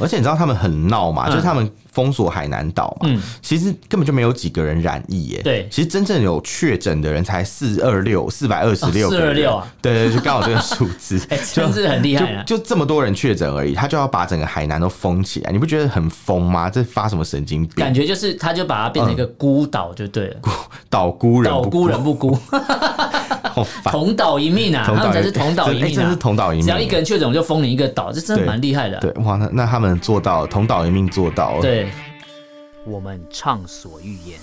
而且你知道他们很闹嘛，嗯就是他们封锁海南岛嘛，嗯其实根本就没有几个人染疫耶。对其实真正有确诊的人才四二六四百二十六哦个人， 426啊对对，对就刚 好这个数字哎、，真是很厉害啊！就就这么多人确诊而已，他就要把整个海南都封起来，你不觉得很疯吗？这发什么神经病感？觉就是，他就把它变成一个孤岛就对了，岛孤人岛不孤人不孤，好 烦，同岛一命啊，同他们岛才一是同岛一哎命真啊是！同岛一命，只要一个人确诊，我就封你一个岛，这真的对蛮厉害的啊。对哇，那那他们做到同岛一命做到了，对，我们畅所欲言，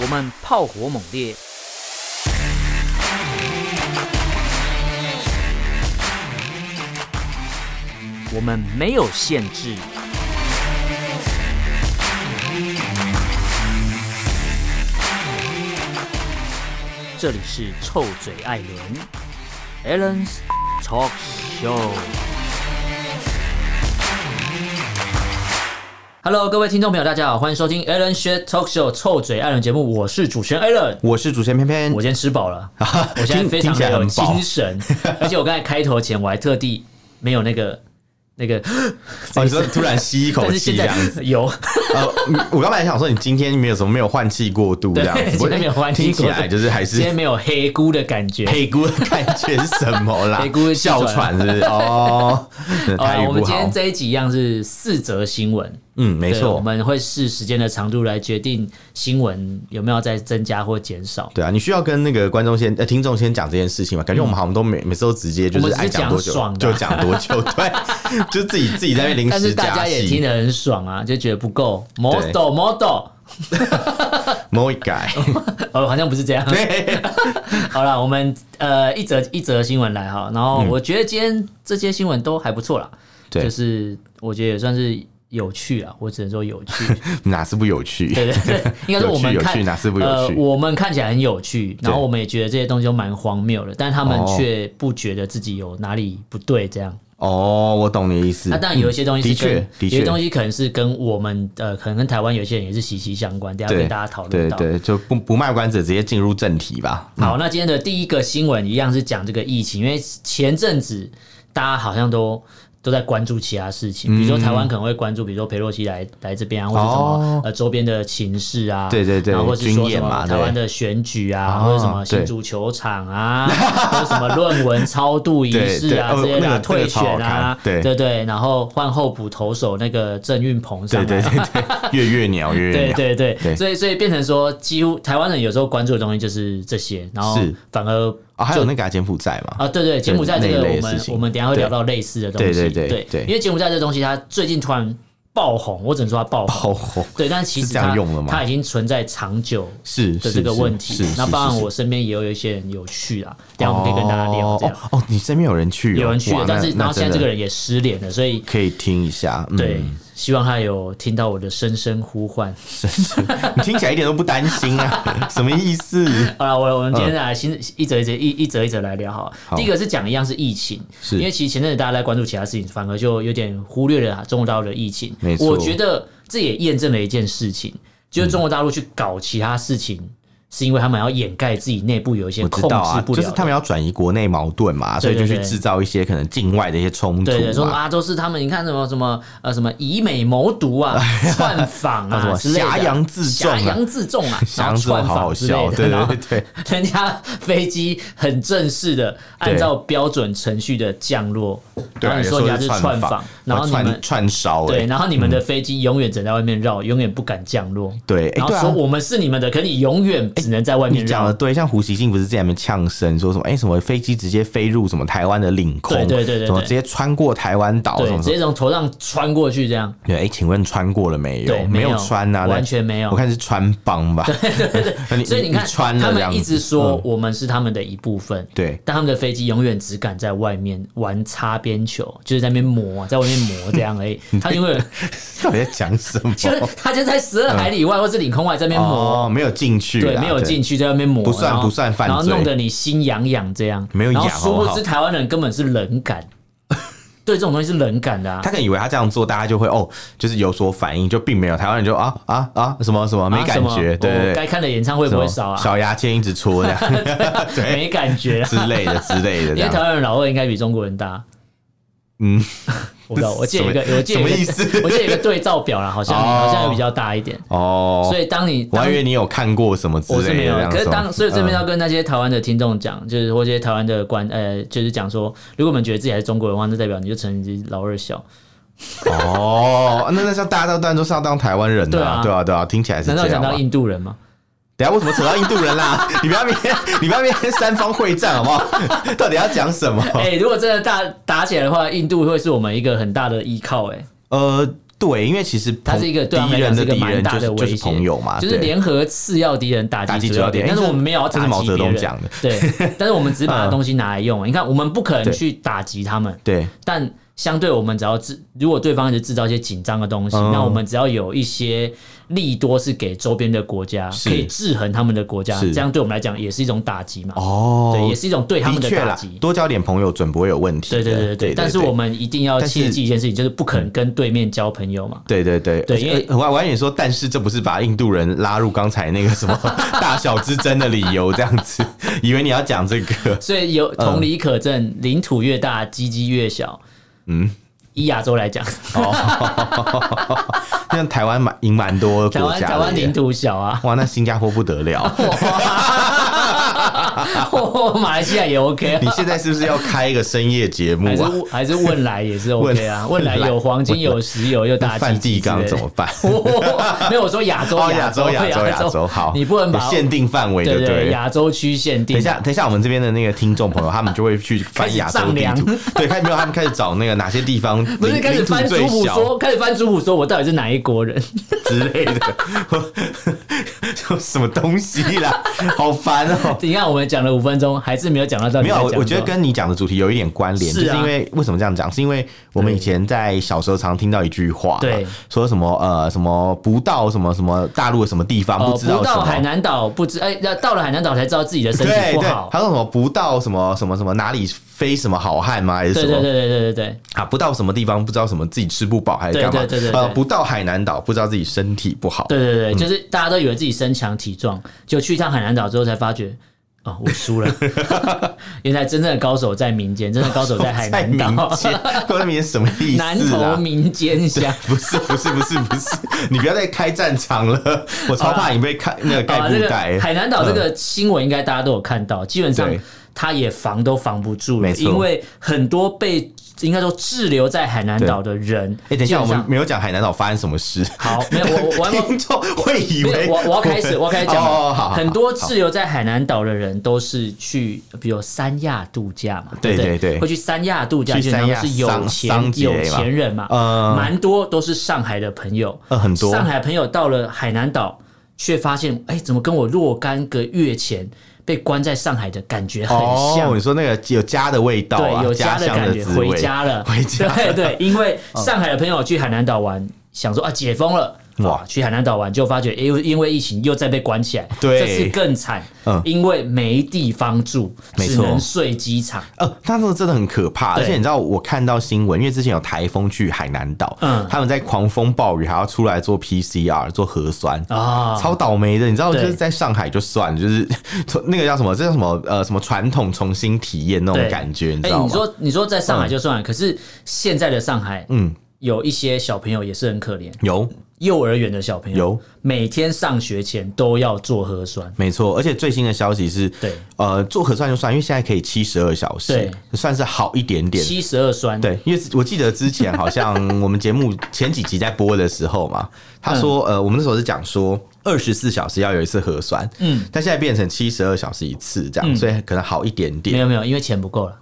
我们炮火猛烈，我们没有限制。这里是臭嘴艾伦 a l l e n s Talk Show。Hello，各位听众朋友，大家好，欢迎收听 Alan s h a t Talk Show 臭嘴艾伦节目，我是主持人 Alan。我是主持人偏偏我，今天吃饱了，我现在啊听非常听起的来有很饱 精神，而且我刚才开头前我还特地没有那个那个， 哦，你说突然吸一口 但是气现这样子，在有，呃，你我刚才想说你今天没有什么没有换气过度这样对子，今天没有换气听过度起来就是还今天是没有黑菇的感觉。配菇的感觉是什么啦？配菇是气喘哮喘是不是？ 哦，真的好啦台语我们不今好天。这一集一样是四则新闻，嗯，没对我错。们会视时间的长度来决定新闻有没有再增加或减少。对啊，你需要跟那个观众先、呃听众先讲这件事情嘛？感觉我们好像都每每次都直接就嗯我们只是爱讲多久讲爽的就讲多久，对，就自己自己在那边临但时是大加家也听戏，得很爽啊，就觉得不够，model model，某一 改，哦，好像不是这样。对，好了，我们呃一则一则新闻来哈，然后我觉得今天这些新闻都还不错啦，嗯对就是我觉得也算是有趣啊，我只能说有趣， 哪是不有趣？对对对，应该说我们有趣看有趣哪是不有趣呃，我们看起来很有趣，然后对我们也觉得这些东西都蛮荒谬的，但他们哦却不觉得自己有哪里不对这样。哦，我懂你的意思。那啊当然有一些东嗯西的是跟、确，的有些东确，西可能是跟我们呃，可能跟台湾有些人也是息息相关，等一下跟大家讨论对到。对，就不不卖关子，直接进入正题吧。好，那今天的第一个新闻一样是讲这个疫情，因为前阵子大家好像都都在关注其他事情，比如说台湾可能会关注，比如说佩洛西来来这边啊，或者什么、嗯哦呃周边的情势啊，对对对然后或是说军什演嘛么台湾的选举啊，对或者什么新对足球场啊，或者什么论 文超度仪式对对啊哦这些那的个退选啊，那个超好看对对对，然后换候补投手那个郑运鹏上对来，对对对， 月月鸟，月月对鸟。对对，对所以所以变成说，几乎台湾人有时候关注的东西就是这些，然后是反而啊，还有那个啊柬埔寨嘛，啊，对对，柬埔寨这那一个类我的事们情我们等一下会聊到类似的东西，对对对对因为柬埔寨这东西它最近突然爆红，我只能说它爆好红，红对，但其是实这样它用了吗它已经存在长久是的是这个问题是，。那是当是然是我身边也有一些人有去啦，等一下我们可以跟大家聊这样哦。哦哦，你身边有人去哦，有人去了哇，但是那然后那真现在的嗯这个人也失联了，所以可以听一下，嗯对，，希望他有听到我的声声呼唤。你听起来一点都不担心啊， 什么意思？ 好了，我我们今天来新一则一则一一则一则来聊哈。嗯好第一个是讲一样是疫情，是因为其实前阵子大家在关注其他事情，反而就有点忽略了中国大陆的疫情。没错我觉得这也验证了一件事情，就是中国大陆去搞其他事情，是因为他们要掩盖自己内部有一些嗯我控知制不道了啊，的。就是他们要转移国内矛盾嘛，所以就对对去对制造一些可能境外的一些冲突对对，说嘛，啊，都是他们，你看什么什么呃，什么以美谋独啊，串访哎 啊什啊么之类的，挟洋自重啊挟洋自重啊，想然后这种串好访好之类笑，的，对然后对对人家飞机很正式的按照标准程序的降落，对然啊，后你有说人时家候是是串访访，，然后你串们串烧，对，哎然后你们的飞机永远只能在外面绕，永远不敢降落。对，哎然后对啊哎说我们是你们的，可你永远只能在外你面讲绕的。对，像胡锡进不是之前还没呛声说什么？哎、什么飞机直接飞入什么台湾的领空？对对对对什么对直接穿过台湾岛？对什，么直什么？接从头上穿过去这样，对，哎、请问穿过了没有？对，没没有穿啊，完对全没有我。看是穿帮吧。 你所以你你看，穿他了这嗯们样一直子，说我们是他们的一部分，对，但他们的飞机永远只敢在外面玩擦边球，就是在那边磨，在外面磨这样 而已。嗯他因哦为到底在讲什么？ 就是他就在十二海里外或是领空外这边磨，哦，没有进去啦，对，没有进去，在外面磨，不算然后不算犯罪然后弄得你心痒痒这样，没有然后痒殊好不不好 知台湾人根本是冷感。对这种东西是冷感的啊他。可能以为他这样做，大家就会哦，就是有所反应，就并没有。台湾人就啊啊啊，什么什么没啊感什么觉，对我对该对，看的演唱会什不么会少啊，小牙签一直戳 这样没感觉啊。之类的之类的，这因为台样湾人老二应该比中国人大。嗯， 我不知道，我记得有一 什么个，什我记得有一么个意思我记得有一个对照表啦，好像哦好像有比较大一点。哦。所以当你我当还以为你有看过什么之我是没类有的，这，样可是当说。所以这边嗯要跟那些台湾的听众讲，就是或这些台湾的观呃，嗯就是讲说，如果我们觉得自己还是中国人的话，那代表你就承认自己老二小。嗯哦， 那那像大家都当然都是要当台湾人的、对对啊啊，对啊，听起来是难道这讲样嘛。到印度人吗？等一下为什么扯到印度人 啦？你不要边，你不要边 三方会战好不好？ 到底要讲什么？ 哎，如果真的大打起来的话，印度会是我们一个很大的依靠。哎，呃，对，因为其实它朋是一个对啊他敌们来人讲是一个敌蛮人大就的是就威胁是朋友嘛，就是啊对联合次要敌人，打打击击主主要要敌敌人。人哎但是我们没有要这是打毛击泽别东人，讲的对，但是我们只 是把嗯东西拿来用。你看，我们不可能对去打击他们，对但相对我们只要制，如果对方一直制造一些紧张的东西，嗯那我们只要有一些利多是给周边的国家，是可以制衡他们的国家，是这样对我们来讲也是一种打击嘛。对，哦也，是一种对他们的确打啦击，。多交点朋友准不会有问题的。对对对对对对，但是我们一定要但是切记一件事情，就是不可能跟对面交朋友嘛。对对对，对因为呃我我跟你说，但是这不是把印度人拉入刚才那个 什么大小之争的理由，这样子，以为你要讲这个，所以有同理可证，领土越大，鸡鸡越小。嗯，以亚洲来讲， 像台湾蛮赢蛮多台国湾家的耶，哦台湾领土小啊，哇，那新加坡不得了！ 哦马来西亚也 OK 啊你。现在是不是要开一个深夜节目还是啊？问还是汶莱也 是 OK 啊，汶汶莱莱有黄金有石油又大那梵鸡蒂鸡之类冈的 怎么？办？没有，我说亚洲哦，亚亚洲洲，亚洲，亚洲，好，你不能把有限定范围对的，对对了。亚洲区限定。等一下，等一下，我们这边的那个听众朋友，他们就会去开翻始亚洲丈地量图，对，开始没有，他们开始找那个哪些地方不是领开始领土翻最族谱小说，开始翻族谱说我到底是哪一国人？ 之类的， 说什么东西啦，好烦 哦。你看我们讲了五分钟，还是没有讲到到没底在有，讲我什么。我觉得跟你讲的主题有一点关联，是就是啊因为为什么这样讲，是因为我们以前在小时候常听到一句话嘛，对说什么呃什么不到什么什么大陆的什么地方哦，不知道不什到海么。南岛不知哎，要到了海南岛才知道自己的身体对不对，好。他说什么不到什么什么什么哪里非什么好汉吗？还是对什对么对对对对对，啊？不到什么地方不知道什么自己吃不饱还是干嘛对对对对？对呃，不到海南岛不知道自己身体不好。对对对，就是大家都以为自己身强体壮，就去一趟海南岛之后才发觉。哦，我 输了。原来真正的高手在民间，真正的高手在海 南民岛，间，高在民间什么意思啊？南投民间乡。 不是不是不是不是，你不要再开战场了，我超怕你被开那个盖啊，布这个袋。海南岛这个新闻应该大家都有看到，基本上嗯对他也防都防不住了，没错因为很多被应该说滞留在海南岛的人，哎、等一下，我基本们上没有讲海南岛发生什么事，好没有我我我还没有听众会以没为有我我要开始，我要开始讲了。哦，好好好，很多好滞留在海南岛的人都是去，比如三亚度假嘛，对不对对对会去三亚度假，去基本三亚上是有桑桑钱杰有嘛钱人嘛，呃蛮多都是上海的朋友，呃很多上海朋友到了海南岛，却发现哎，怎么跟我若干个月前被关在上海的感觉很像哦，？你说那个有家的味道啊，对，有家的乡感觉，滋味，回家了， 回家嗯对对，因为上海的朋友去海南岛玩，想说啊解封了。哇哇，去海南岛玩就发觉，因为因为疫情又再被关起来，对这次更惨，嗯因为没地方住，没只错能睡机场。呃，那时候真的很可怕，对而且你知道，我看到新闻，因为之前有台风去海南岛，嗯他们在狂风暴雨还要出来做 PCR 做核酸啊超倒霉的。你知道，就对是在上海就算了，就是 那个叫什么，这叫什么呃什么传统重新体验那对种感觉，你哎、知道你吗？说你说在上海就算了，可是现在的上海，嗯嗯，有一些小朋友也是很可怜，有幼儿园的小朋友，有每天上学前都要做核酸，没错，而且最新的消息是，对，呃，做核算就算，因为现在可以七十二小时，算是好一点点。七十二酸，对，因为我记得之前好像 我们节目前几集在播的时候嘛，他说、呃，我们那时候是讲说二十四小时要有一次核酸，嗯嗯，但现在变成七十二小时一次这样，所以可能好一点没点。有没有，因为钱 不够了。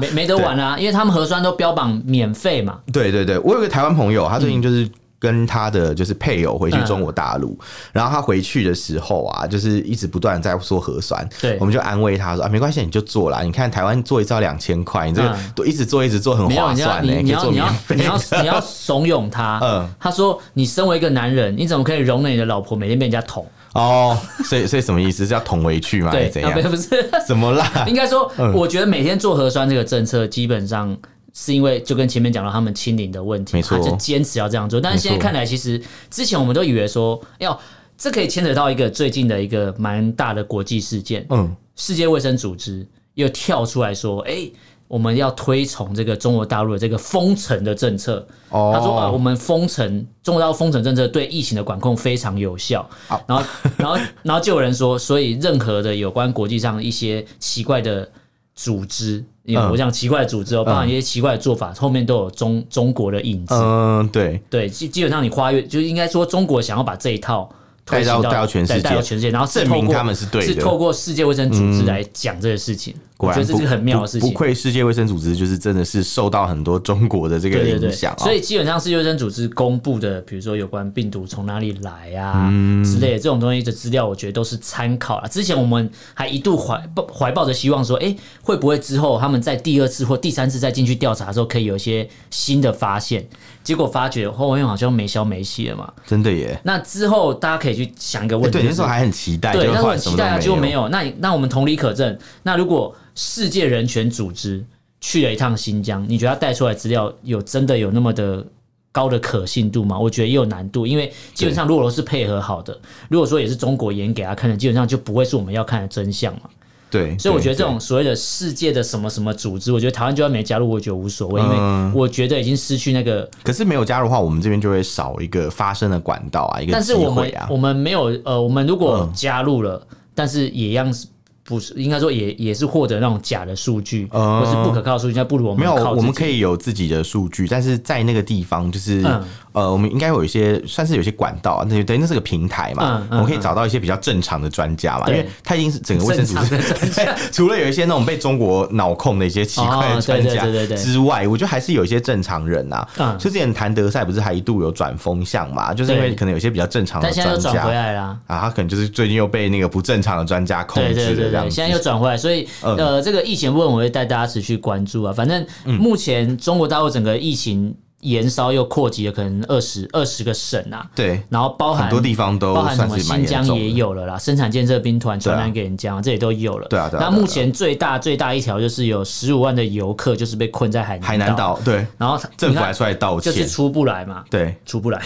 没没得玩啊，因为他们核酸都标榜免费嘛，对对对，我有个台湾朋友，他最嗯近就是。跟他的就是配偶回去中国大陆，嗯然后他回去的时候啊，就是一直不断地在说核酸，对我们就安慰他说啊，没关系，你就做啦。你看台湾做一次要两千块，你这个嗯都一直做一直做很没有哦划你要算呢、欸可你你以要做你要免你费。要你要怂恿他， 嗯他说你身为一个男人，你怎么可以容忍你的老婆每天被人家捅？ 哦，所以所以什么意思？是要捅回去吗？还对哎 是怎，嗯啊样 不？是不是，怎么啦？应该说，我觉得每天做核酸这个政策基本上是因为就跟前面讲到他们清零的问题，没错他就坚持要这样做。但是现在没错看来，其实之前我们都以为说，哎呦，这可以牵扯到一个最近的一个蛮大的国际事件，嗯，世界卫生组织又跳出来说，哎、我们要推崇这个中国大陆的这个封城的政策。哦他说啊，我们封城，中国大陆封城政策对疫情的管控非常有效。然后，然后，然后就有人说，所以任何的有关国际上一些奇怪的组织，有嗯我讲奇怪的组织哦，包含一些奇怪的做法，后面都有中中国的影子。嗯，对，对，基基本上你跨越，就是应该说中国想要把这一套推行带到带到全世界对带到全世界，然后是证明透过他们是对的嗯是透过世界卫生组织来讲这个事情，果我觉然得这不是很妙的事不情不。愧世界卫生组织，就是真的是受到很多中国的这个对对影对，响啊。所以基本上世界卫生组织公布的，比如说有关病毒从哪里来啊、嗯之类的这种东西的资料，我觉得都是参考了。之前我们还一度怀抱怀抱着希望说，哎、会不会之后他们在第二次或第三次再进去调查的时候，可以有一些新的发现？结果发觉后面好像没消没息了嘛。真的耶，那之后大家可以去想一个哎问题、对，就那是时候还很期待，对，结果那时后候来很什期么都待啊，结果没有。有。那你那我们同理可证，那如果世界人权组织去了一趟新疆，你觉得他带出来资料有真的有那么的？高的可信度吗？我觉得也有难度，因为基本上如果是配合好的，如果说也是中国演给他看的，基本上就不会是我们要看的真相嘛。对，所以我觉得对这种所谓的世界的什么什么组织，我觉得台湾就算没加入，我觉得无所谓，因为嗯我觉得已经失去那个可是没有加入的话，我们这边就会少一个发声的管道啊，一个但机是我会们啊。我们没有呃，我们如果嗯加入了，但是也样是不是应该说也也是获得那种假的数据，嗯或是不可靠的数据，那不如我没们有，靠我们可以以有自己的数据，但是在那个地方，就是、嗯呃，我们应该有一些算是有些管道啊，那等于那是个平台嘛，嗯嗯我们可以找到一些比较正常的专家嘛，因对为他已经是整个卫生组织正常的 专家对除了有一些那种被中国脑控的一些奇怪的哦专对对家对对对之外，我觉得还是有一些正常人呐、嗯就之前谭德赛不是还一度有转风向嘛，就是因为对可能有些比较正常的 但现在专又转回家。来啦。啊，他可能就是最近又被那个不正常的专家控对制对了对这样对，子。现在又转回来，所以、嗯呃，这个疫情部分我会带大家持续关注啊。反正目前中国大陆整个疫情延烧又扩及了可能二十二十个省啊，对然后包含很多地方都包含什算么是蛮新严疆重也的。有了啦，生产建设兵团传对染啊给人家，这里都有了。对啊对啊那对啊目前最大最大一条就是有十五万的游客就是被困在海海南，岛对，然后政府你还看出来道就歉，是出不来嘛，对，出不来。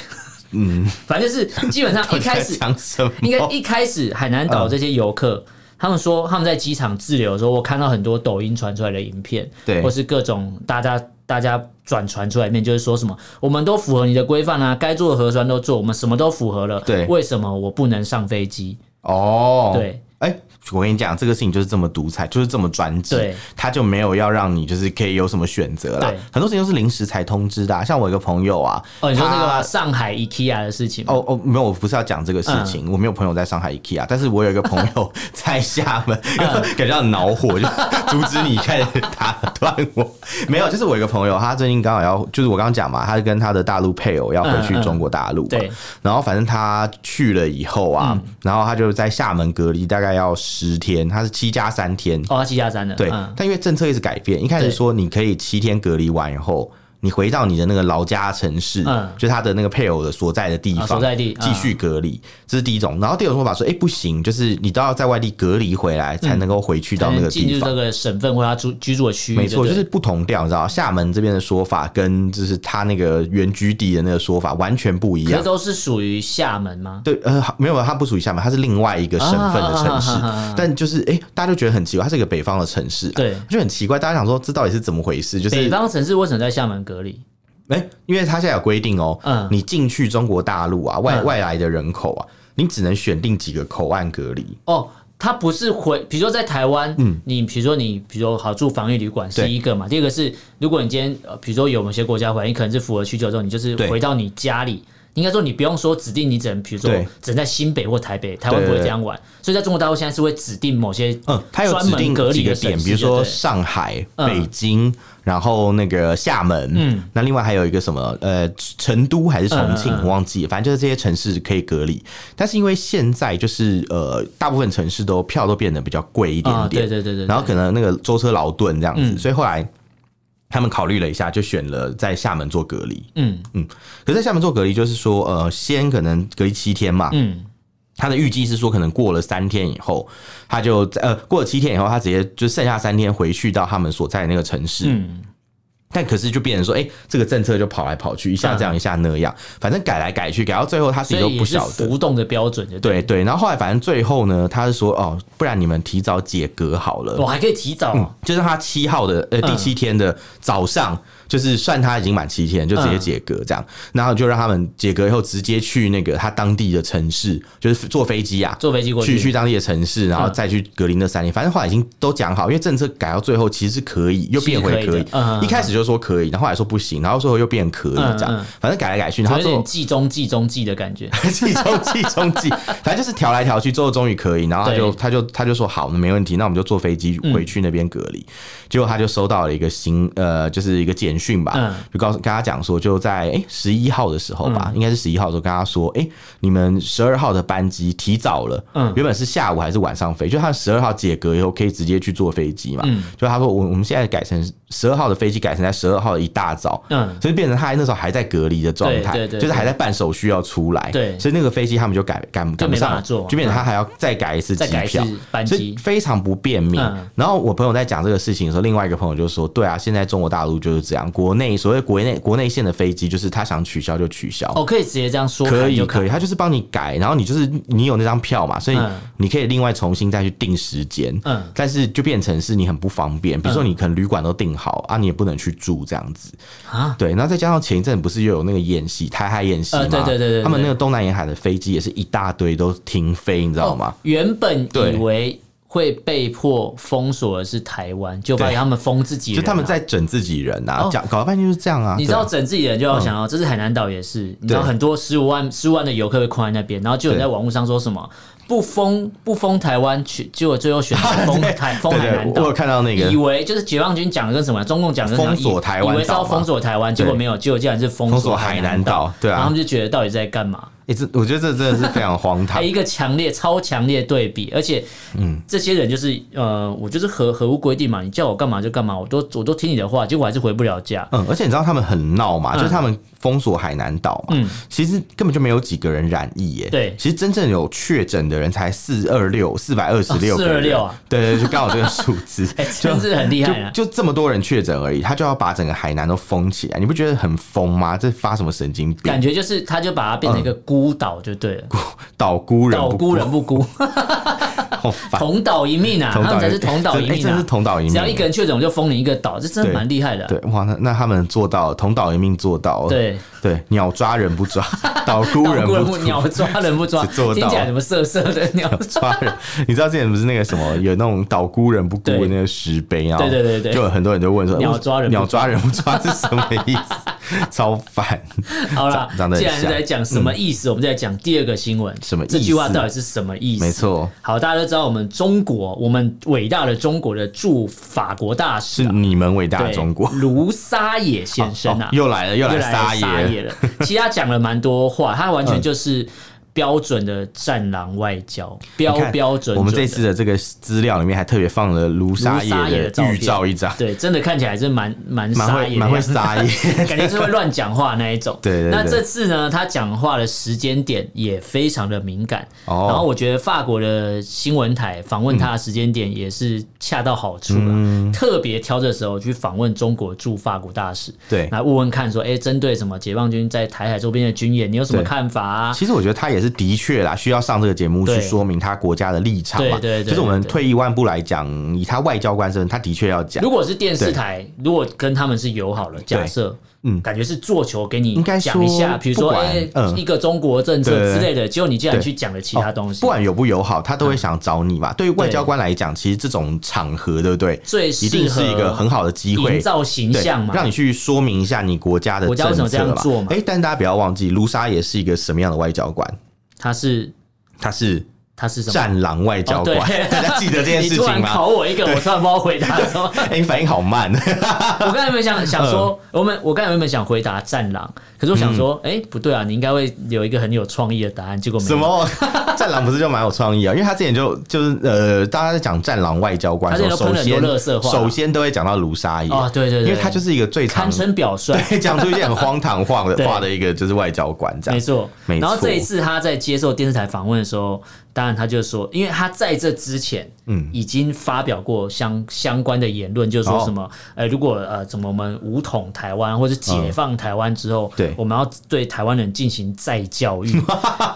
嗯， 反正就是基 本上一开始在讲什么？应该一开始海南岛这些游客，他们说他们在机场滞留的时候，我看到很多抖音传出来的影片，对或是各种大家大家转传出来的面，就是说什么我们都符合你的规范啊，该做的核酸都做，我们什么都符合了，对为什么我不能上飞机？哦，对。哎、我跟你讲，这个事情就是这么独裁，就是这么专制对，他就没有要让你就是可以有什么选择啦对。很多事情都是临时才通知的啊、像我有一个朋友啊，哦，你说那他个上海 IKEA 的事情吗，嗯哦哦，没有，我不是要讲这个事情，我没有朋友在上海 IKEA，但是我有一个朋 友在厦门，嗯 感觉到恼火，就阻止你开始打断我。没有，就是我有一个朋友，他最近刚好要，就是我刚刚讲嘛，他跟他的大陆配偶要回去嗯嗯中国大陆嘛，对嗯然后反正他去了以后啊，然后他就在厦门隔离，大概要十天，他是七加三天，哦，他七加三的，对，嗯但因为政策一直改变，一开始对说你可以七天隔离完以后，你回到你的那个老家城市，嗯就他的那个配偶的所在的地方，啊所在地继续隔离，这是第一种。然后第二种说法说，哎、不行，就是你都要在外地隔离回来才能够回去到那个进地入方。这个省份或他住居住的区域，没错，对就不是不同调，你知道吗，厦门这边的说法跟就是他那个原居地的那个说法完全不一对可样是。都是属于厦门吗？对，呃，没有，它不属于厦门，它是另外一个省份的城市。啊啊啊啊啊啊但就是，哎、大家就觉得很奇怪，它是一个北方的城市、啊，对就很奇怪。大家想说，这到底是怎么回事？就是北方城市为什么在厦门隔离？哎、因为他现在有规定哦、嗯你进去中国大陆啊，外嗯外来的人口啊，你只能选定几个口岸隔离。哦，他不是回，比如说在台湾，你比如说你，比如说好住防疫旅馆嗯是对一个嘛，第二个是如果你今天，呃比如说有某些国家回来，你可能是符合需求之后，你就是对回到你家里。应该说你不用说指定你只能，比如说对只能在新北或台北，台湾不会这样玩，所以在中国大陆现在是会指定某些嗯，他有专指定门隔几离个的点，省市比如就说对上海、嗯北京，然后那个厦门，嗯，那另外还有一个什么呃，成都还是重庆，嗯嗯嗯我忘记了，反正就是这些城市可以隔离。但是因为现在就是呃，大部分城市都票都变得比较贵一点啊，点，对对对对，然后可能那个舟车劳顿这样子，嗯所以后来他们考虑了一下，就选了在厦门做隔离。嗯可是在厦门做隔离，就是说，呃，先可能隔离七天嘛，嗯，他的预计是说，可能过了三天以后，他就呃过了七天以后，他直接就剩下三天回去到他们所在的那个城市，嗯，但可是就变成说，哎、这个政策就跑来跑去，一下这样一下那样，反正改来改去，改到最后他自所己都以不也是晓得。浮动的标准就对对。对，然后后来反正最后呢，他是说哦，不然你们提早解隔好了，我还可以提早啊，就是他七号的嗯呃第七天的早上，就是算他已经满七天，就嗯直接解隔这样，然后就让他们解隔以后直接去那个他当地的城市，就是坐飞机啊，坐飞机过去去去当地的城市，然后嗯再去格林那三天，反正后来已经都讲好，因为政策改到最后其实是可以，又变回其实可以的嗯嗯以，一开始就说可以，然后后来说不行，然后最后又变可以这嗯嗯样，反正改来改去，然有后最后点计中计中计的感觉。 计中计中计，反正就是调来调去，最后终于可以，然后他就对嗯他就他就说好，那没问题，那我们就坐飞机回去那边隔离。结果他就收到了一个新呃，就是一个简讯吧，嗯就告诉跟他讲说，就在哎十一号的时候吧，应该是十一号的时候跟他说，哎、你们十二号的班机提早了，嗯原本是下午还是晚上飞，就他十二号解隔以后可以直接去坐飞机嘛，嗯就他说我我们现在改成十二号的飞机改成在十二号的一大早，嗯所以变成他那时候还在隔离的状态，对对对就是还在办手续要出来，对所以那个飞机他们就改赶赶不没办上法坐就变成他还要再改一次再机改一次票，班所以机，非常不便民。嗯然后我朋友在讲这个事情的时候，另外一个朋友就说：“对啊，现在中国大陆就是这样，国内所谓国内国内线的飞机，就是他想取消就取消。哦，可以直接这样说，可砍以就砍可以，他就是帮你改，然后你就是你有那张票嘛，所以嗯你可以另外重新再去定时间。嗯但是就变成是你很不方便，比如说你可能旅馆都订好、啊，你也不能去住这样子。嗯啊，对，然后再加上前一阵不是又有那个演习，台海演习嘛、呃对对对对他们对那个东南沿海的飞机也是一大堆都停飞，你知道吗？原本对以为会被迫封锁的是台湾，就发现对他们封自己人啊、就他们在整自己人啊哦，讲、搞了半天就是这样啊。你知对道整自己人就要想到，这是海南岛也是，你知道对很多十五万十五万的游客会困在那边，然后就有人对在网络上说什么不封不封台湾，去结果最后选择封台 封对海对，南我我岛有。看到那以个为就是解放军讲的跟什么，中共讲的跟什么封锁台湾以为是要岛嘛封锁台湾，结果没有，结果竟然是封封锁海海南岛，岛，对然后啊他们，就觉得到底在干嘛？哎、这我觉得这真的是非常荒唐 还。一个强烈、超强烈对比，而且，嗯，这些人就是呃，我就是合合乎规定嘛，你叫我干嘛就干嘛，我都我都听你的话，结果还是回不 了家。嗯，而且你知道他们很闹嘛，嗯就是他们封锁海南岛嘛，嗯其实根本就没有几个人染疫耶。对其实真正有确诊的人才四二六四百二十六，哦426啊，对对，对就刚好这个数字 哎、，真是很厉害啊！就就这么多人确诊而已，他就要把整个海南都封起来，你不觉得很疯吗？这发什么神经病？感觉就是，他就把它变成一个孤岛就对了，岛孤人岛不孤人 不孤，好烦，同岛一命啊！同 他岛们一才是同岛一哎命真的是啊！同岛一命，只要一个人确诊，我就封你一个岛，这真的对蛮厉害的啊、对，哇，那那他们做到了同岛一命做到了，对对，鸟抓人不 抓，岛孤岛人孤人不不鸟抓人不 抓，只做到听起来怎么色色的鸟？抓人。 你知道之前不是那个什么有那种岛孤人不孤的对那个石碑，然后对对对对就有很多人就问说鸟抓 人不抓鸟抓人不抓是什么意思？超烦，好啦长长得，很既然是像在讲什么意思，我们再讲第二个新闻。什么意思这句话到底是什么意思？没。错，好，大家都知道我们中国，我们伟大的中国的驻法国大使是啊、你们伟大的对中国。卢沙野先生啊哦，又来了，又又来来撒撒野，野了。其实他讲了蛮多话，他完全就是标准的战狼外交，标 你看标准准的。我们这次的这个资料里面还特别放了卢沙卢沙野野的照片预照一张，对，真的看起来是蛮蛮蛮撒会野的蛮会样子撒野。 感觉是会乱讲话那一种。对对对那这次呢，他讲话的时间点也非常的敏感。哦然后我觉得法国的新闻台访问他的时间点也是恰到好处了，嗯特别挑这时候去访问中国驻法国大使，对来问问看说，哎，针对什么解放军在台海周边的军演，你有什么对看法啊？其实我觉得他也是的确啦，需要上这个节目去对说明他国家的立场嘛。对对对就是我们对对退一万步来讲，以他外交官身份，他的确要讲如。果是电视台，如果跟他们是友好的，假设，嗯，感觉是做球给你应该说讲一下，比如说，不管哎、嗯一个中国政策对对对之类的，结果你竟然对哦去讲了其他东西，不管友不友好，他都嗯会想找你嘛。对于外交官来讲，其实这种场合，对不对？最一定是一个很好的机营会，造形对象，嘛，让你去说明一下你国家的国家为什政么这样策嘛做嘛哎，但大家不要忘记，卢沙也是一个什么样的外交官？他是他是他是什么？战狼外交官哦， 对 大家记得这件你事突然情吗？考嗯我一个，我突然不知道回答什 么。哎，你反应好慢。我刚才有没有想想说，嗯我们我刚才有没有想回答战狼？可是我想说，哎，不对啊，你应该会有一个很有创意的答案，结果 没什有。么？战狼不是就蛮有创意啊？因为他之前就就是呃，大家在讲战狼外交官的时候，他之首前先都喷了很多垃圾话首先都会讲到卢沙野哦对对对因为他就是一个最常堪称表率，对 讲出一些很荒唐话的对话的一个就是外交官这没样。错。没然后错这一次他在接受电视台访问的时候，当然他就说，因为他在这之前，嗯，已经发表过相相关的言论，就是说什么，嗯呃，如果呃，怎么我们武统台湾或者解放台湾之后，嗯对我们要对台湾人进行再 教育。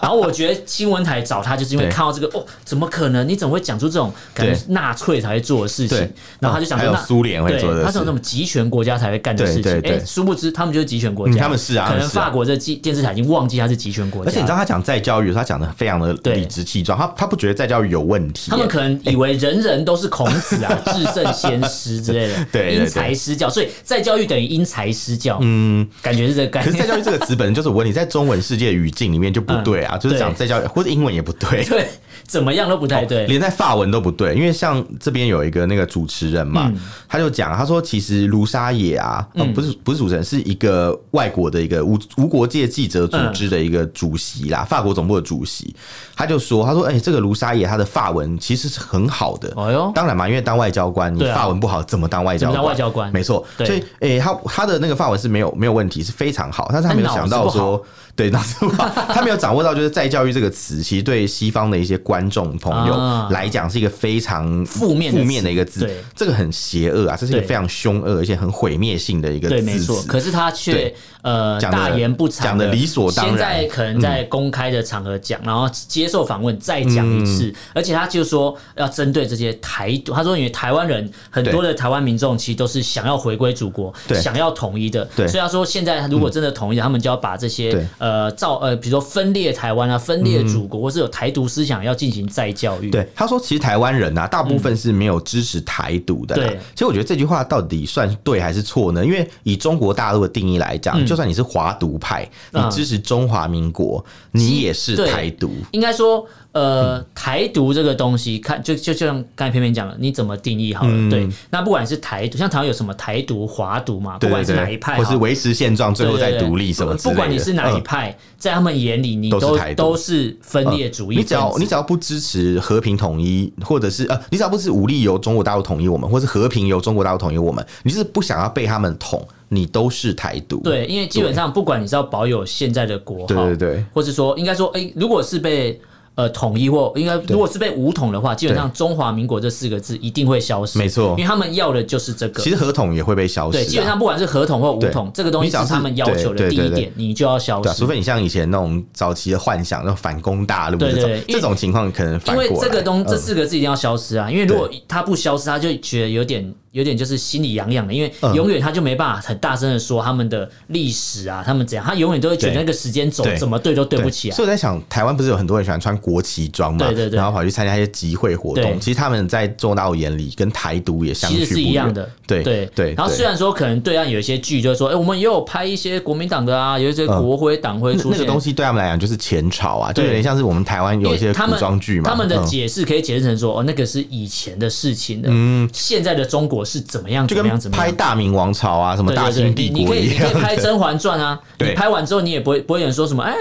然后我觉得新闻台找他就是因为对看到这个，哦，怎么可能？你怎么会讲出这种感觉对是纳粹才会做的事情对？然后他就想还说，有那苏联会对，做的他是事有那种集权国家才会干的事情。对对对哎，殊不知他们就是集权国嗯家，他们是啊可他能们是啊法国这集电视台已经忘记他是集权国家，而且你知道他讲再教育，他讲的非常的对理直气壮，他他不觉得再教育有问题、他们可能以为人人都是孔子 啊、至圣先师之类的，对对对因材施教，所以再教育等于因材施教，嗯，感觉是这个概可是再念。教育这个词本身就是我问你，在中文世界语境里面就不对啊，就是讲嗯对。再教育或者英文也不对 对，怎么样都不太对。哦连在法文都不对，因为像这边有一个那个主持人嘛，嗯他就讲，他说其实卢沙野啊，呃不是不是主持人，是一个外国的一个无无国界记者组织的一个主席啦，法国总部的主席，他就说，他说，哎、这个卢沙野他的法文其实是很好的，哎呦，当然嘛，因为当外交官，你对啊法文不好怎么当外交怎么官？当外交官没错。对所以，诶、他他的那个法文是没有没有问题，是非常好，但是他没有想到但脑子说， 对脑子不好，他没有掌握到就是再教育这个词，其实对西方的一些观众朋啊友来讲是一个非常负面的负面词的一个字对，这个很邪恶啊，这是一个对非常凶恶而且很毁灭性的一个对，没字错。词。可是他却对呃讲得大言不惭，讲得理所当然嗯现在可能在公开的场合讲，然后接受访问再讲一次，嗯而且他就说要针对这些台独，他说因为台湾人很多的台湾民众其实都是想要回归祖国，对想要统一的。对嗯所以他说现在如果真的统一了，他们就要把对这嗯些呃造呃，比如说分裂台湾啊、分裂祖国，或是有台独思想要进行再教育。对，他说其实台湾人啊，大部分是没有支持台独的啦、嗯对其实我觉得这句话到底算是对还是错呢？因为以中国大陆的定义来讲，就算你是华独派，你嗯支持中华民国，你也是对台独。应该说，呃，台独这个东西，看就就就像刚才偏偏讲了，你怎么定义好了？嗯对，那不管是台独，像台湾有什么台独、华独嘛，不对管对是对，哪一派好或了，是维持现状，最后对再对对独立什么之不类的。管你是哪一嗯派，在他们眼里，你都是都台独嗯都是分裂主义你只分子。要你只要不支持和平统一，或者是呃，你只要不是武力由中国大陆统一我们，或是和平由中国大陆统一我们，你就是不想要被他们统，你都是台独。对，因为基本上不管你是要保有现在的国号，对对对，或是说应该说，哎、如果是被呃统一或应该如果是被武统的话，基本上中华民国这四个字一定会消失，没错因为他们要的就是这个。其实合统也会被消失、啊。对，基本上不管是合同或无统，对这个东西你只是要是他们要求的对第对一对点，你就要消对、啊，失除。非你像以前那种早期的幻想，那种反攻大陆这对种，对对因这为种情况可能因反过为来。这个东嗯这四个字一定要消失啊！因为如果他不消失，他就觉得有点有点就是心里痒嗯痒的，因为永远他就没办法很大声的说他们的历史啊，他们怎样，他永远都会觉得对那个时间轴对怎么对都对对不起啊。所以我在想，台湾不是有很多人喜欢穿国旗装嘛，对对对然后跑去参加一些集会活对动。其实他们在中国大陆眼里跟台独也相其去实不是一样远。的，对对对然后对虽然说可能对岸有一些剧，就是说，哎，我们也有拍一些国民党的啊，有一些嗯国徽党徽那出那个现，啊东西对他们来讲就是前朝啊，就有对点像是我们台湾有一因些为他古们装剧嘛，他们的嗯解释可以解释成说，哦，那个是以前的事情的，嗯，现在的中国是怎么样就怎么样怎跟么样拍。《大明王朝》啊，什么《对大对清对，帝你你国可》以你一可以样。拍《甄嬛传》啊，你 对拍完之后你也不会不会有人说什么，哎，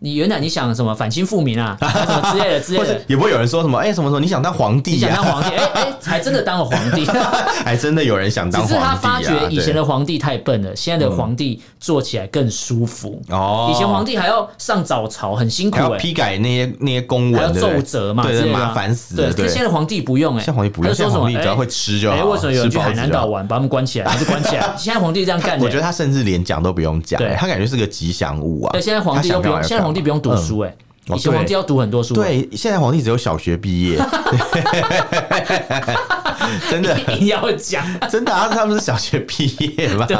你原来你想什么反清复明 啊，什么之类的之类或是的，也不会有人说什么，哎、什么时候你想当皇你帝想当呀、皇 帝，哎哎，还真的当了皇帝。啊还真的有人想当只皇帝是啊！他发觉以前的皇帝太笨了，现在的皇帝做起来更舒服。对哦，以前皇帝还要上早朝，很辛苦还要哎、批改那些那些公还要文，对不奏对折嘛，对之对类的啊麻烦死对，了。可是现在的皇帝不用哎、欸，像皇帝不用，他就现说在什么？皇帝只要哎会吃就好。哎、为什么有人去吃包海子南就好岛玩，把他们关起来，还是关 起来？现在皇帝这样干的、我觉得他甚至连讲都不用讲、对他感觉是个吉祥物啊。对，现在皇帝他想都不干嘛用，就现在皇帝不用读干嘛书哎、哦以前皇帝要读很多书，嗯。，对，现在皇帝只有小学毕业， 真 的 一定要讲， 真的啊，他们是小学毕业嘛，对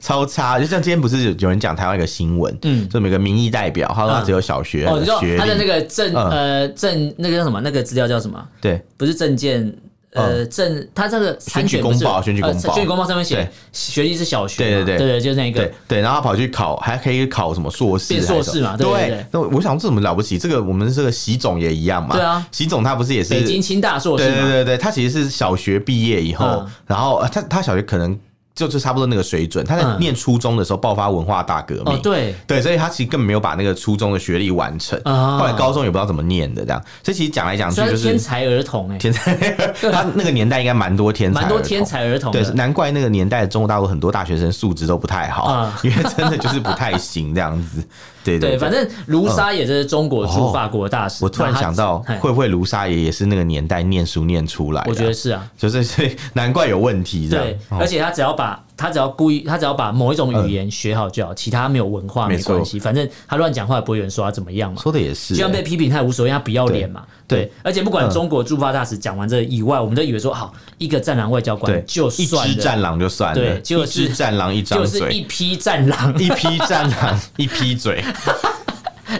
超差。就像今天不是有有人讲台湾有个新闻，嗯嗯，这么一个民意代表，他说他嗯只有小学哦，你知道学他的那历，个证嗯呃证那个叫什么？那个资料叫什么？对，不是证件。呃，证他这个参选不是嗯选举公报选举公报呃选举公报上面写对学历是小学对对嘛，对对对，就是那个对，对，然后他跑去考，还可以考什么硕士还变是什么，硕士嘛对对对对那我想这怎么了不起？这个我们这个习总也一样嘛，对啊习总他不是也是北京清大硕士对对嘛，对对，他其实是小学毕业以后，嗯然后呃他他小学可能就是差不多那个水准，他在嗯念初中的时候爆发文化大革命。哦对，对，所以他其实根本没有把那个初中的学历完成，啊后来高中也不知道怎么念的，这样。所以其实讲来讲去所以他就是天是才儿童哎，天才， 他那个年代应该蛮多天才，蛮多天。才儿童对，的，难怪那个 年代的中国大陆很多大学生素质都不太好，啊 因为真的就是不太行这样子。对对对对，嗯反正卢沙野这是中国驻哦法国大使。我突然那他想到，嘿会不会卢沙爷也是那个年代念书念出来的啊？哎我觉得是啊，就是，所以难怪有问题这对样，。哦而且他只要把他只要故意，他只要把某一种语言学好就好，其他没有文化嗯没没错关系，反正他乱讲话也不会有人说他怎么样嘛。说的也是、就算被欸，批评，他也无所谓，他不要脸嘛。对对，而且不管嗯中国驻法大使讲完这以外，我们都以为说好一个战狼外交官对，就一算只了，战狼就算了，对结果一是只战狼一张就是嘴，一 批战狼，一批战狼一批 嘴，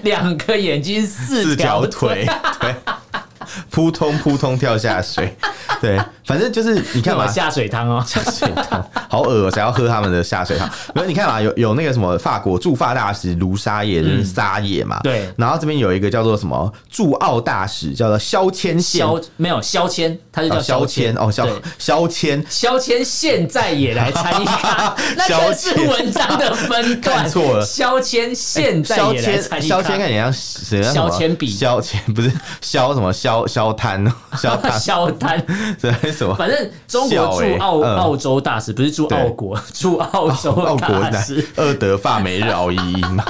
两个眼睛，四四条条腿，对， 扑通扑通跳下水，对，反正就是你看干嘛嘛，下水汤哦？下水汤，好恶、哦，谁要喝他们的下水汤？然后你看嘛，有有那个什么法国驻法大使卢沙野，就是沙野嘛、对然后这边有一个叫做什么驻澳大使，叫做萧谦宪。消没有消谦，他就哦叫萧谦谦哦，萧对萧谦肖谦现在也 来参与咖，那这是文章的分段。看错了肖谦现在萧也来谦，参与萧谦咖。看起来像谁？像什萧么谦比萧谦不是萧什么萧萧摊哦， 萧摊肖丹，是什么？反正中国笑欸驻澳嗯澳洲大使不是驻澳国， 驻澳洲澳国大男使，二德法美日澳英嘛，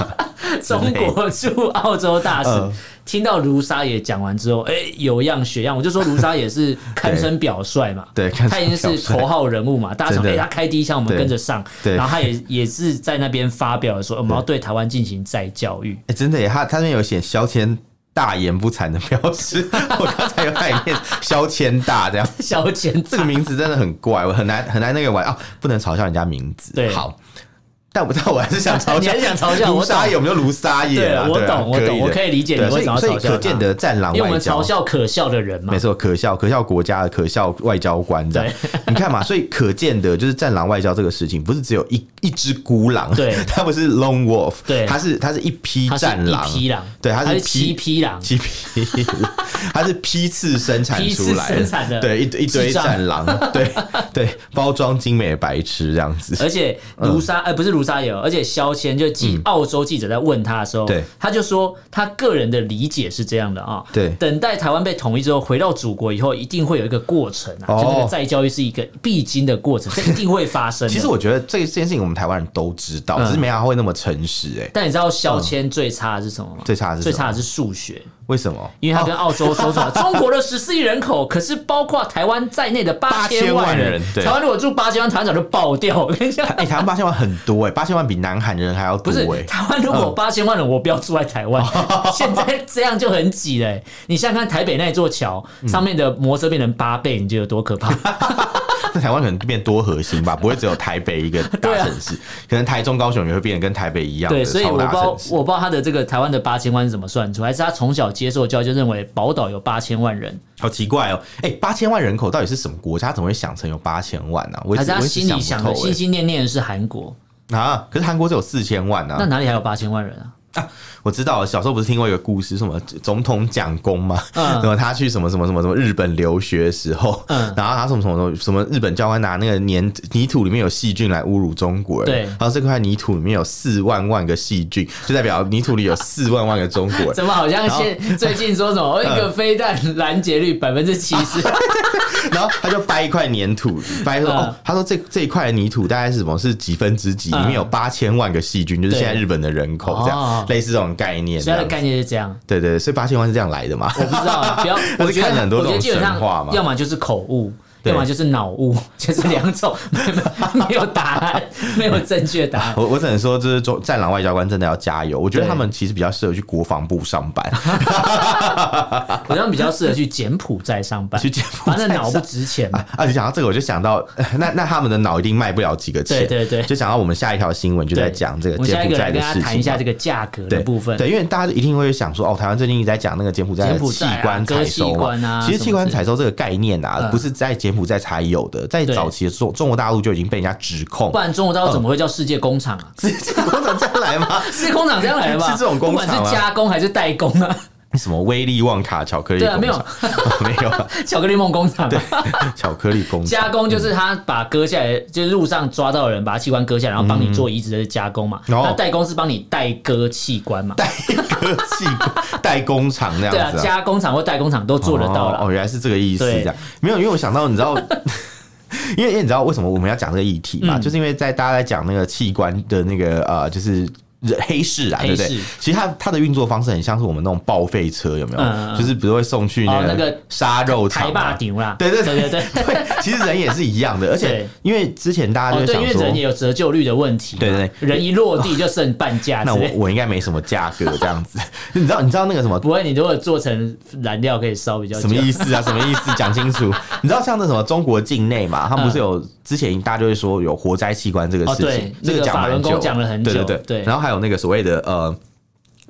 中国驻澳洲大使嗯听到卢沙野讲完之后，哎，有样学样，我就说卢沙野是堪称表率嘛，对堪称他已经是表率头号人物嘛，大家想，真哎，的他开第一枪，我们对跟着上，对然后他也也是在那边发表了说，我们要对台湾进行再教育，哎、真的耶，他他那边有写萧谦大言不惭的标识， 我刚才有在念萧谦大这样，消遣这个名字真的很怪，我很难很难那个玩哦，不能嘲笑人家名字。对好，但我但 我还是想嘲你笑还。是想嘲笑卢我懂沙野，我们就卢沙野啦。对我对啊懂我懂可以的我可以理解你对啊为什么要所以嘲笑所以可见的战狼因为我外们交嘲，笑可笑的人嘛没，错，可笑可笑国家的可笑外交官这样。 你看嘛，所以可见的就是战狼外交这个事情，不是只有一一只孤狼， 对它不是 lone wolf，对它是它是一批他是战一狼，匹狼，对它他是是匹七匹狼，七 匹，它是批次生产批次出来生产的对一一堆智障战 狼，对对，包装精美的白痴这样子，而且嗯卢沙，呃，不是卢沙也有，而且肖谦就记澳洲记者在问他的时候，对他就说他个人的理解是这样的啊，对等待台湾被统一之后，回到祖国以后，一定会有一个过程啊，哦就这个再教育是一个必经的过程，这一定会发生 的。其实我觉得这这件事情我们台湾人都知道，只是没想到会那么诚实哎、欸但你知道肖谦最差的是什么吗？最差的是什最么差的是数学，为什么？因为他跟澳洲说 出来，中国的十四亿人口，可是包括台湾在内的八8000万万人对台湾如果住八千万，台湾早就爆掉。我跟你讲，哎、台湾八千万很多哎、八千万比南韩人还要不多是哎、台湾，如果八千万人，我不要住在 台湾。现在这样就很挤嘞、你想想看，台北那座桥嗯上面的摩托车变成八倍，你觉得有多可 怕？那台湾可能变多核心吧，不会只有台北一 个大对啊城市，可能台中、高雄也会变得跟台北一样对，的所以超我不大知道城，市。我不知道他的这个台湾的八千万是怎么算出来，还是他从小接受教育就认为宝岛有八千万人，好奇怪哦！哎、八千万人口到底是什么国家？怎么会想成有八千万呢、啊？我一还直是他我一直心里想想不透的哎、心心念念的是韩国？啊！可是韩国只有四千万那啊！哪里还有八千万人啊？我知道了，小时候不是听过一个故事，什么总统蒋公嘛，嗯然后他去什么什么什么什么日本留学的时候，嗯然后他什么什么什么什么日本教官拿那个粘泥土里面有细菌来侮辱中国人，对然后这块泥土里面有四万万个细菌，就代表泥土里有四万万个中国人。 怎么好像现 最近说什么一个飞弹拦截率百分之七十？啊然后他就掰一块粘土，掰说、嗯哦，他说这这一块泥土大概是什么？是几分之几？嗯里面有八千万个细菌，就是对现在日本的人口这哦样，类似这种概念这所以样子。他的概哦念是这样。对对对，所以八千万是这样来的嘛？我不知道，啊 不要，他我是觉看得很多我这觉得种基本上神话嘛要么就是口误。对要么就是脑误， 就是两种，没没没有答 案，没有正确答案。我我只能说，就是中战狼外交官真的要加油。我觉得对他们其实比较适合去国防部上 班，好像比较适合去柬埔寨上班，去柬埔寨反正脑不值钱嘛。 啊，就想到这个，我就想到，那那他们的脑一定卖不了几个钱。对对对就想到我们下一条新闻就对在讲这个我们下柬一埔个寨来的跟大事家情嘛。谈一下这个价格对的部分。对，因为大家一定会想说，哦，台湾最近一直在讲那个柬埔寨的柬埔器寨啊官采收割器嘛，官啊其实器官什么之采收这个概念啊，嗯不是在柬埔寨才有的，在对早期的中中国大陆就已经被人家指控不， 然中国大陆怎么会叫世界工厂啊？这这个工厂再来吗？ 是工厂这样来的吧？是这种工厂啊不管是加工还是代工啊， 什么威力旺卡巧克力对工啊厂？没 有没有啊，巧克力梦工厂啊。 巧克力工加厂。工就是他把割下来，就是路上抓到的人把他器官割下来，然后帮你做移植的加工嘛。哦那代工是帮你代割器官嘛？代科技代工厂那对啊样，子、加工厂或代工厂都做得到哦。了。哦，原来是这个意思，对这样没有，因为我想到，你知道。 因嗯为因为你知道为什么我们要讲这个议题嘛？就是因为在大家在讲那个器官的那个呃，就是人黑市啊，对黑不市对？其实它它的运作方式很像是我们那种报废车，有没有？嗯嗯嗯就是比如会送去哦那个个杀肉场、 台霸牛啦，对对对对对。 对，其实人也是一样的，而且对因为之前大家就哦，对，因想为说，人也有折旧率的问题嘛，对对人一落地就剩半价 那之我类。我应该没什么价格这样子， 你知道你知道那个什么不会，你如果做成燃料可以烧比较久。什么意思啊？什么意思？讲清 楚。你知道像那什么中国境内嘛，他们不是有、之前大家就会说有活摘器官这个事嗯哦情，对这那个讲法蛮轮功久，讲了很久对对对然后还有那个所谓的呃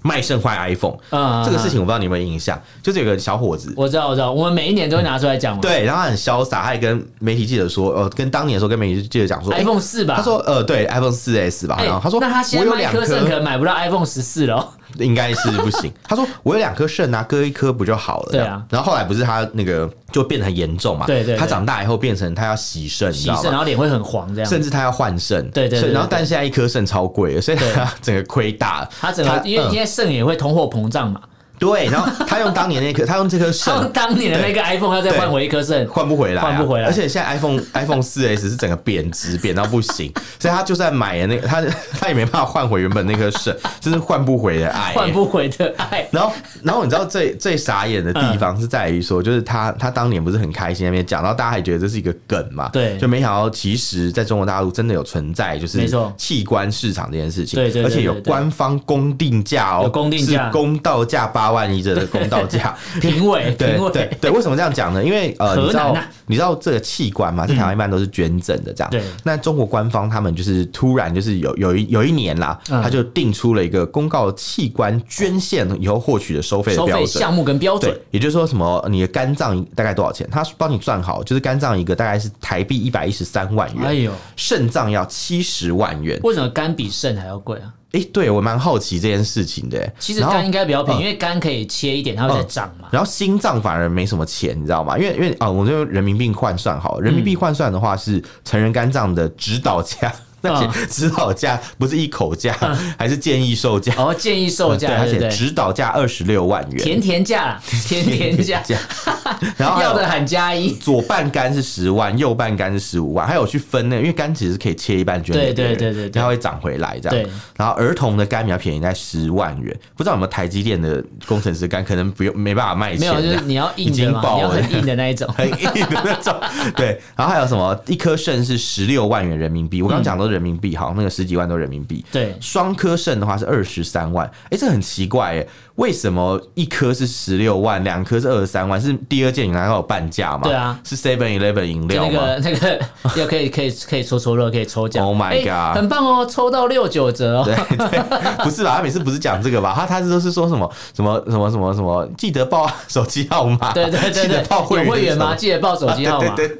卖肾坏 iPhone，、嗯？嗯，这个事情嗯我不知道你有没有印象，就是有个小伙子。我知道，我知道，我们每一年都会拿出来讲嘛。哎对，然后他很潇洒，他还跟媒体记者说，呃，跟当年的时候跟媒体记者讲说哎，iPhone 四吧。他说，呃，对，iPhone 四 S 吧，哎，然后他说，那他现我在有麦两克颗胜可能买不到 iPhone 十四了。哦应该是不 行。他说我有两颗肾啊，割一颗不就好了？对啊这样然后后来不是他那个就变得很严重嘛？对对对他长大以后变成他要洗肾，你知洗道肾，然吗？后脸会很黄这样。甚至他要换肾，对对对所以对然后对但现在一颗肾超贵了，所以他 整个亏大了。他整个因为嗯因为肾也会通货膨胀嘛，对，然后他用当年那颗，他用这颗肾他们 当年的那个 iPhone 要再换回一颗肾，换不回来啊、换不回来而且现在 iPhone iPhone 四 S 是整个贬值，贬到不行，所以他就算买了那个，他他也没办法换回原本那颗肾，就是换不回的爱、换不回的爱。然后，然后你知道最最傻眼的地方是在于说，就是他他当年不是很开心那边讲，然后大家还觉得这是一个梗嘛，对就没想到其实在中国大陆真的有存在，就是没错器官市场这件事情，对对对而且有对对官方公定价哦，有公定价是公道价八万一折的公道 价，评委， 对评对委，对，为什么这样讲呢？因为呃，河你知道南啊你知道这个器官嘛，在台湾一般都是捐赠的这样。嗯对那中国官方他们就是突然就是有有一有一年啦，嗯他就定出了一个公告器官捐献以后获取的收费的收标费准。项目跟标对准，，也就是说什么你的肝脏大概多少钱？他帮你算好，就是肝脏一个大概是台币一百一十三万哎元，呦，肾脏要七十万元。为什么肝比肾还要贵啊？诶，对我蛮好奇这件事情的、其实然后肝应该比较便嗯宜，因为肝可以切一点，它会再长嘛。然后心脏反而没什么钱，你知道吗？因为因为啊、我就用人民币换算好了，人嗯民币换算的话是成人肝脏的指导价，那嗯些指导价不是一口价， 还是建议售价，然后哦建议嗯售嗯对，价，而对不且对？指导价二十六万元，甜甜 价啦，甜甜价，这样 然后还有要的喊加 一。左半杆是十万，右半杆是十五万，还有去分那个，因为肝其实是可以切一半捐给对别人对对对对它会长回来这样对。然后儿童的肝比较便宜，在十万元，不知道有没有台积电的工程师肝，可能不用没办法卖钱没这有，样，就是你要硬已经的嘛，爆你要了很硬的那一 。种很硬的那种。对，然后还有什么？一颗肾是十六万元人民币，我刚刚讲都是人民币，好，那个十几万都人民币。对双颗肾的话是二十三万，哎、这很奇怪哎，为什么一颗是十六万，两颗是二十三万？是第二件你难道有半价吗？对啊是 Seven Eleven 饮就料那吗？个 那个要可以可以可以抽抽乐，可以抽奖。 Oh my 哎 god 很棒哦，抽到六九折哦。对对，不 是吧？他每次不是讲这个吧？他他都是说什么什么什么什么什么，记得报啊手机号码， 对对对啊记得对，报有会员吗？吗？记得报手机号码。啊对对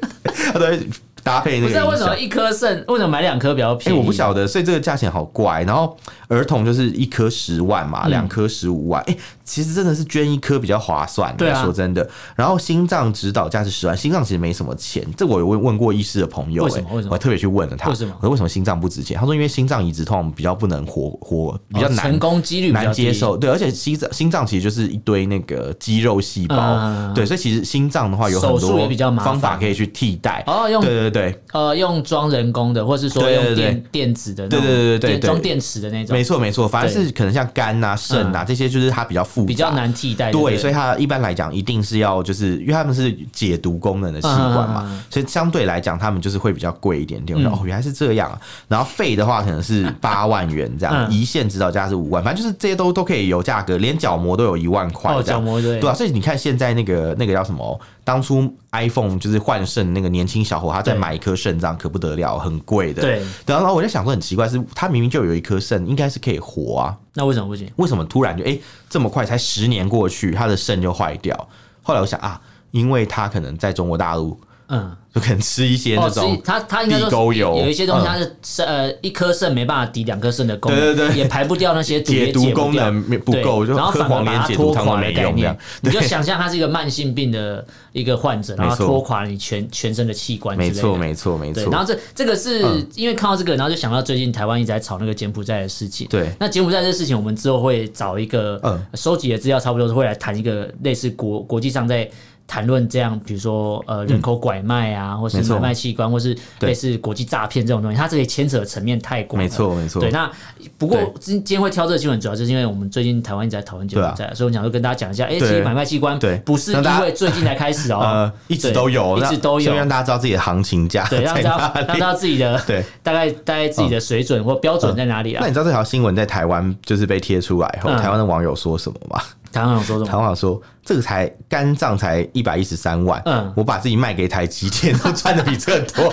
对，他都会搭配那个音不知效。道为什么一颗肾，为什么买两颗比较哎、便宜？我不晓得，所以这个价钱好怪。然后儿童就是一颗十万嗯嘛，两颗十五万。哎、其实真的是捐一颗比较划算。对啊说真的。然后心脏指导价是十万，心脏其实没什么钱。这我有问问过医师的朋友、为哎什么为什么我还特别去问了他，为什么我说为什么心脏不值钱？他说因为心脏移植通常比较不能活活，比较哦难成功几率比较难低接。受，对，而且心脏心脏其实就是一堆那个肌肉细胞，嗯对，所以其实心脏的话有很手术多也比较麻烦方法可以去替代，哦，对用对对，呃用装人工的，或是说对对对用电电子的那种，对对对对对电对装电池的那种没，错没错，反而是可能像肝啊、肾啊、这些，就是它比较复杂，嗯比较。难替代。对，所以以它一般来讲，一定是要就是因为他们是解毒功能的器官嘛，嗯嗯嗯嗯所以相对来讲，他们就是会比较贵一点点。我说、哦，原来是这样、啊。然后肺的话，可能是八万元这样，嗯胰腺指导价是五万，反正就是这些都都可以有价格，连角膜都有一万块哦，这样。角膜对对啊，所以你看现在那个那个叫什么？当初 iPhone 就是换肾那个年轻小伙，他再对买一颗肾脏可不得了，很贵的。对对啊，然后我就想说很奇怪，是他明明就有一颗肾，应该是可以活啊，那为什么不行？为什么突然就哎、诶这么快才十年过去，他的肾就坏掉？后来我想啊，因为他可能在中国大陆嗯，就可能吃一些那哦，所以种。它它应该地沟说油有一些东嗯西它是肾呃一颗肾没办法抵两颗肾的功能，对对对也排不掉那些毒解也毒解功掉能没不够，对就然后喝反黄而把连它解毒拖汤都垮的没概用，这样念。你就想象它是一个慢性病的一个 患者，然后没错拖垮了你全全身的器官之没类的，错，没错，没对，错。嗯然后这这个是、因为看到这个，然后就想到最近台湾一直在吵那个柬埔寨的事情。对那柬埔寨这个事情，我们之后会找一个嗯收集的资料，差不多是会来谈一个类似国国际上在。谈论这样，比如说呃人口拐卖啊，或嗯是没错买卖器官，或是对类似国际诈骗这种东西，它这里牵扯的层面太广了。没错没错对，那不过对今今天会挑这个新闻，主要就是因为我们最近台湾一直在讨论柬埔对啊寨，所以我想说跟大家讲一下，哎，其对实买卖器官对不是让大因家为最近才开始 哦呃，，一直都有，对一让直都有先。让大家知道自己的行情价对，让在大家哪让大里。家自己的对大概大概自己的水准或标准在哪里啊嗯那？你知道这条新闻在台湾就是被贴出来后，嗯台湾的网友说什么吗？台湾有说什台么？湾网友说这个才肝脏才一百一十三万，嗯我把自己卖给台积电都赚的比这 多，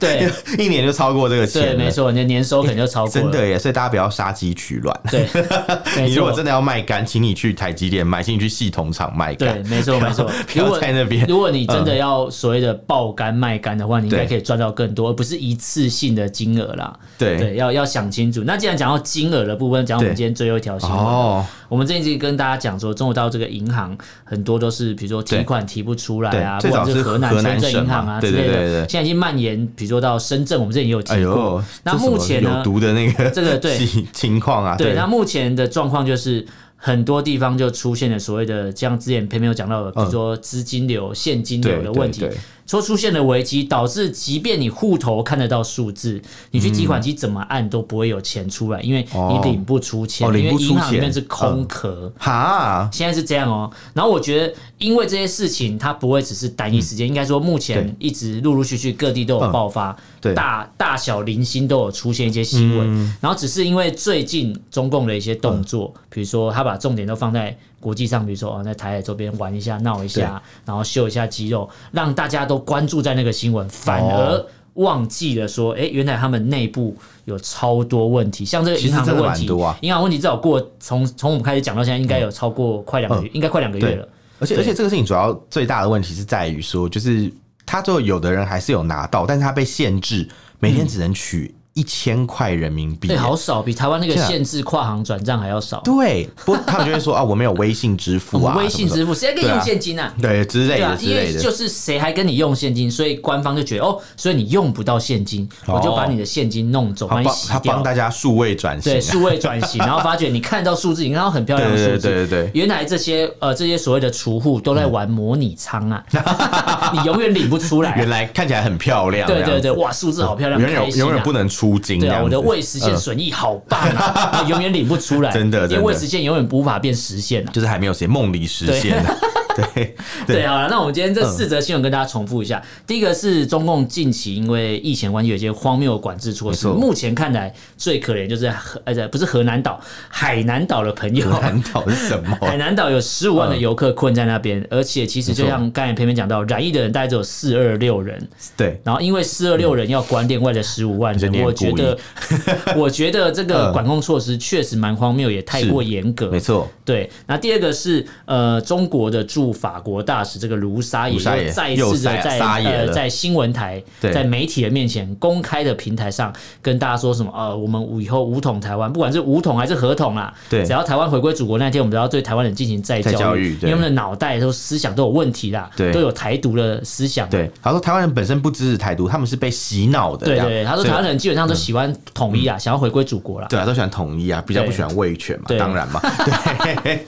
对 一年就超过这个哎对，钱没了。错，你的年收可能就超过真了。的耶，所以大家不要杀鸡取卵。对，没 你如果错真。的要卖肝，请你去台积电卖，请你去系统厂卖对肝，。没错不要没错。不如要果在那边。嗯如果你真的要所谓的爆肝卖肝的话，你应该对可以赚到更多，而不是一次性的金额啦。对对，要要想清楚。那既然讲到金额的部分，讲我们对今天最后一条新闻。哦，我们这一集跟大家讲说，中国大陆这个银行很多都是，比如说提对款提不出来啊，对不管最早是河南河南乡镇省银行嘛啊之对类对的，对对现在已经蔓延，比如说到深圳，我们之前也有哎提过。呦，那这什么目前呢有毒的那个这个对情 情况啊，对，那目前的状况就是。很多地方就出现了所谓的，像之前佩佩有讲到的，比如说资金流、现金对流的问题嗯对，对说出现了危机，导致即便你户头看得到数字，你去提款机怎么按都不会有钱出来，因为嗯哦你领不出钱，哦领因为不出银行里钱嗯面是空壳。哈，现在是这样哦、然后我觉得，因为这些事情它不会只是单一时间，应该说目前对一直陆陆续续各地都有嗯爆发，对大大小零星都有出现一些新闻。然后只是因为最近中共的一些动作，嗯比如说他把重点都放在国际上，比如说哦，在台海周边玩一下、闹一下，然后秀一下肌肉，让大家都关注在那个新闻，反而哦。忘记了说，哎、原来他们内部有超多问题，像这个其实银行真的问蛮题，多啊嗯银行问题至少过从从我们开始讲到现在，应该有超过快两个月，应该快两个月对了。而且对而且这个事情主要最大的问题是在于说，就是他最后有的人还是有拿到，但是他被限制，每天只能取一千块人民币对，。好少，比台湾那个是啊限制跨行转账还要少。对，不过他们就会说 啊，我没有微信支付我啊，们微信什么支付谁还跟你对啊用现金啊？什么对之类对的啊，之因类为就的。是谁还跟你用现金，所以官方就觉得哦，所以你用不到现金，哦我就把你的现金弄走，把他你帮洗他帮掉。大家数位转型对，啊，数位转 型，然后发觉你看到数字，你看到很漂亮的数字，对对对对对原来这些呃这些所谓的储户都在玩模拟仓啊，你永远领不出来啊、嗯 原来看起来很漂亮，对对这对，样子，哇，数字好漂亮，永远开有心啊永远不能出金，对这啊，样我的子未实现嗯损益好 棒啊，我永远领不出来，真的因为真的未实现永远无法变实现啊。就是还没有写梦里实现的，对嗯对，好了，那我们今天这四则新闻跟大家重复一下。第一个是中共近期因为疫情关系有一些荒谬的管制措施，没错目前看来最可怜就是在河呃不是河南岛海南岛的朋友。 难道是什么？ 海南岛有十五万的游客困在那边，而且其实嗯就没错像刚才偏偏讲到，染疫的人大概只有四二六人，对，然后因为四二六人要关另外的十五万你是人，念我觉故意得 我觉得这个嗯管控措施确实蛮荒谬，也太过严格没。错，对，那第二个是呃，中国的驻法国大使这个卢沙野卢沙野又再又次的撒在撒野呃了在新闻台、对在媒体的面前、公开的平台上跟大家说什么？呃，我们以后武统台湾，不管是武统还是合统啊，对只要台湾回归祖国那天，我们都要对台湾人进行再再教教育，育因为对他们的脑袋都思想都有问题啦，对都有台独的思想啊，对，他说台湾人本身不支持台独，他们是被洗脑的。对这对样对，他说所以嗯台湾人基本上都喜欢统一啊，想要回归祖国啦。对啊，都喜欢统一啊，比较对不喜欢威权嘛，对当然嘛，对，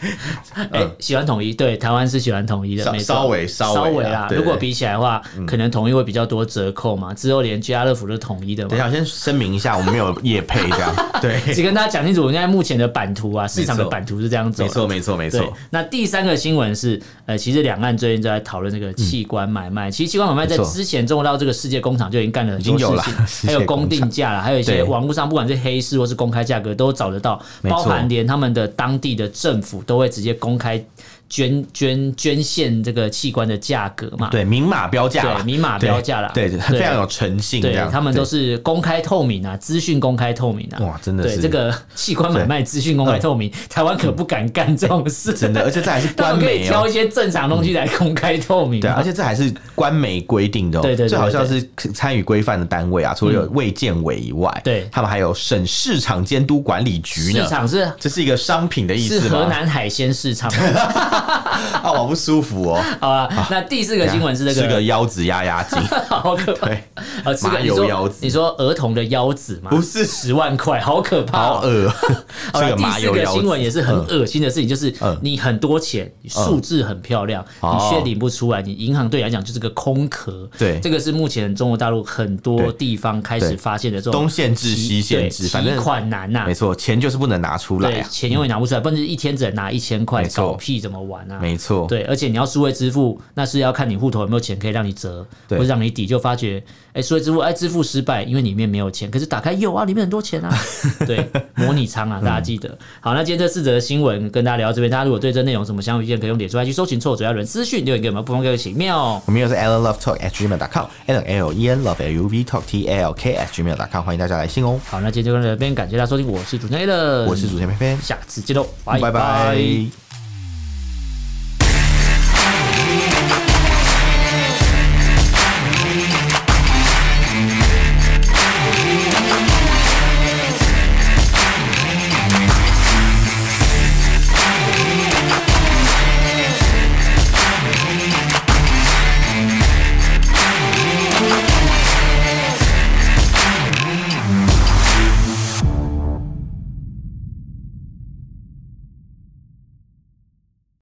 哎、喜欢统一，对，台湾是喜欢统一嗯的，稍没错稍微稍稍微啦啦。对嗯如果比起来的话，可能统一会比较多折扣嘛。之后连家乐福都统一的 等一嘛。下我先声明一下，我们没有业配这 样，只对，跟大家讲清楚，现在目前的版图啊，市场的版图是这样走没的。错，没错，没对错，，那第三个新闻是，呃，其实两岸最近就在讨论这个器官买卖。其实器官买卖在嗯没错之前，中国到这个世界工厂就已经干了很已经多事有了情，世 界还有公定价啦，还有一些对网络上不管是黑市或是公开价格都找得到，没错包含连他们的当地的政府都会直接公开捐捐捐献这个器官的价格嘛。对，明码标价啦对，，明码标价啦，对，对非常有诚信这对样，他们都对是公开透明啊，资讯公开透明啊。哇真的对是嗯这个器官买卖资讯公开透明，台湾可不敢干这种事。真的，而且这还是 他官们可以媒挑哦。一些正常东西来公开透明。对啊，而且这还是官媒规定的哦。对对对嗯最好像是参与规范的单位啊，除了有卫健委以外，对他们还有省市场监督管理局市呢。场是这是一个商品的意是思河吗？ 南海鲜市场，啊，我好不舒服哦。 好啊，那第四个新闻是那吃个个，腰子压压惊， 好可怕对，啊！吃个麻你油说腰子你说儿童的腰子吗？不是十万块，好可怕好 哦！恶，好吃个了，第麻四油个腰新闻子。也是很恶心的事情，就是嗯你很多钱，数字很漂亮，哦你却领不出来，你银行对你来讲就是个空壳。对这个是目前中国大陆很多对地方开始发现的这种东限制提西限对制反正提款难啊呐没。错，钱就是不能拿出来对，啊，钱永远拿不出来，不然就是一天只能拿一千块没，错搞屁怎么玩啊？没错，对，而且你要数位支付，那是要看你户头有没有钱可以让你折，或对者让你抵。就发觉，哎，数位支付，哎，支付失败，因为里面没有钱。可是打开有啊，里面很多钱 啊。对，模拟仓嗯啊，大家记得。好，那今天这四则新闻跟大家聊到这边。大家如果对这内容有什么想法意见，可以用脸书来去搜寻“臭嘴艾伦”私讯留言给我们，不妨给我请妙。我们又是 Alan Love Talk at gmail com a l L E N Love L U V Talk T L K at gmail com，欢迎大家来信哦。好，那今天就跟到这边，感谢大家收听，我是主持人 a l 我是主持人佩佩，下次见喽，拜拜拜。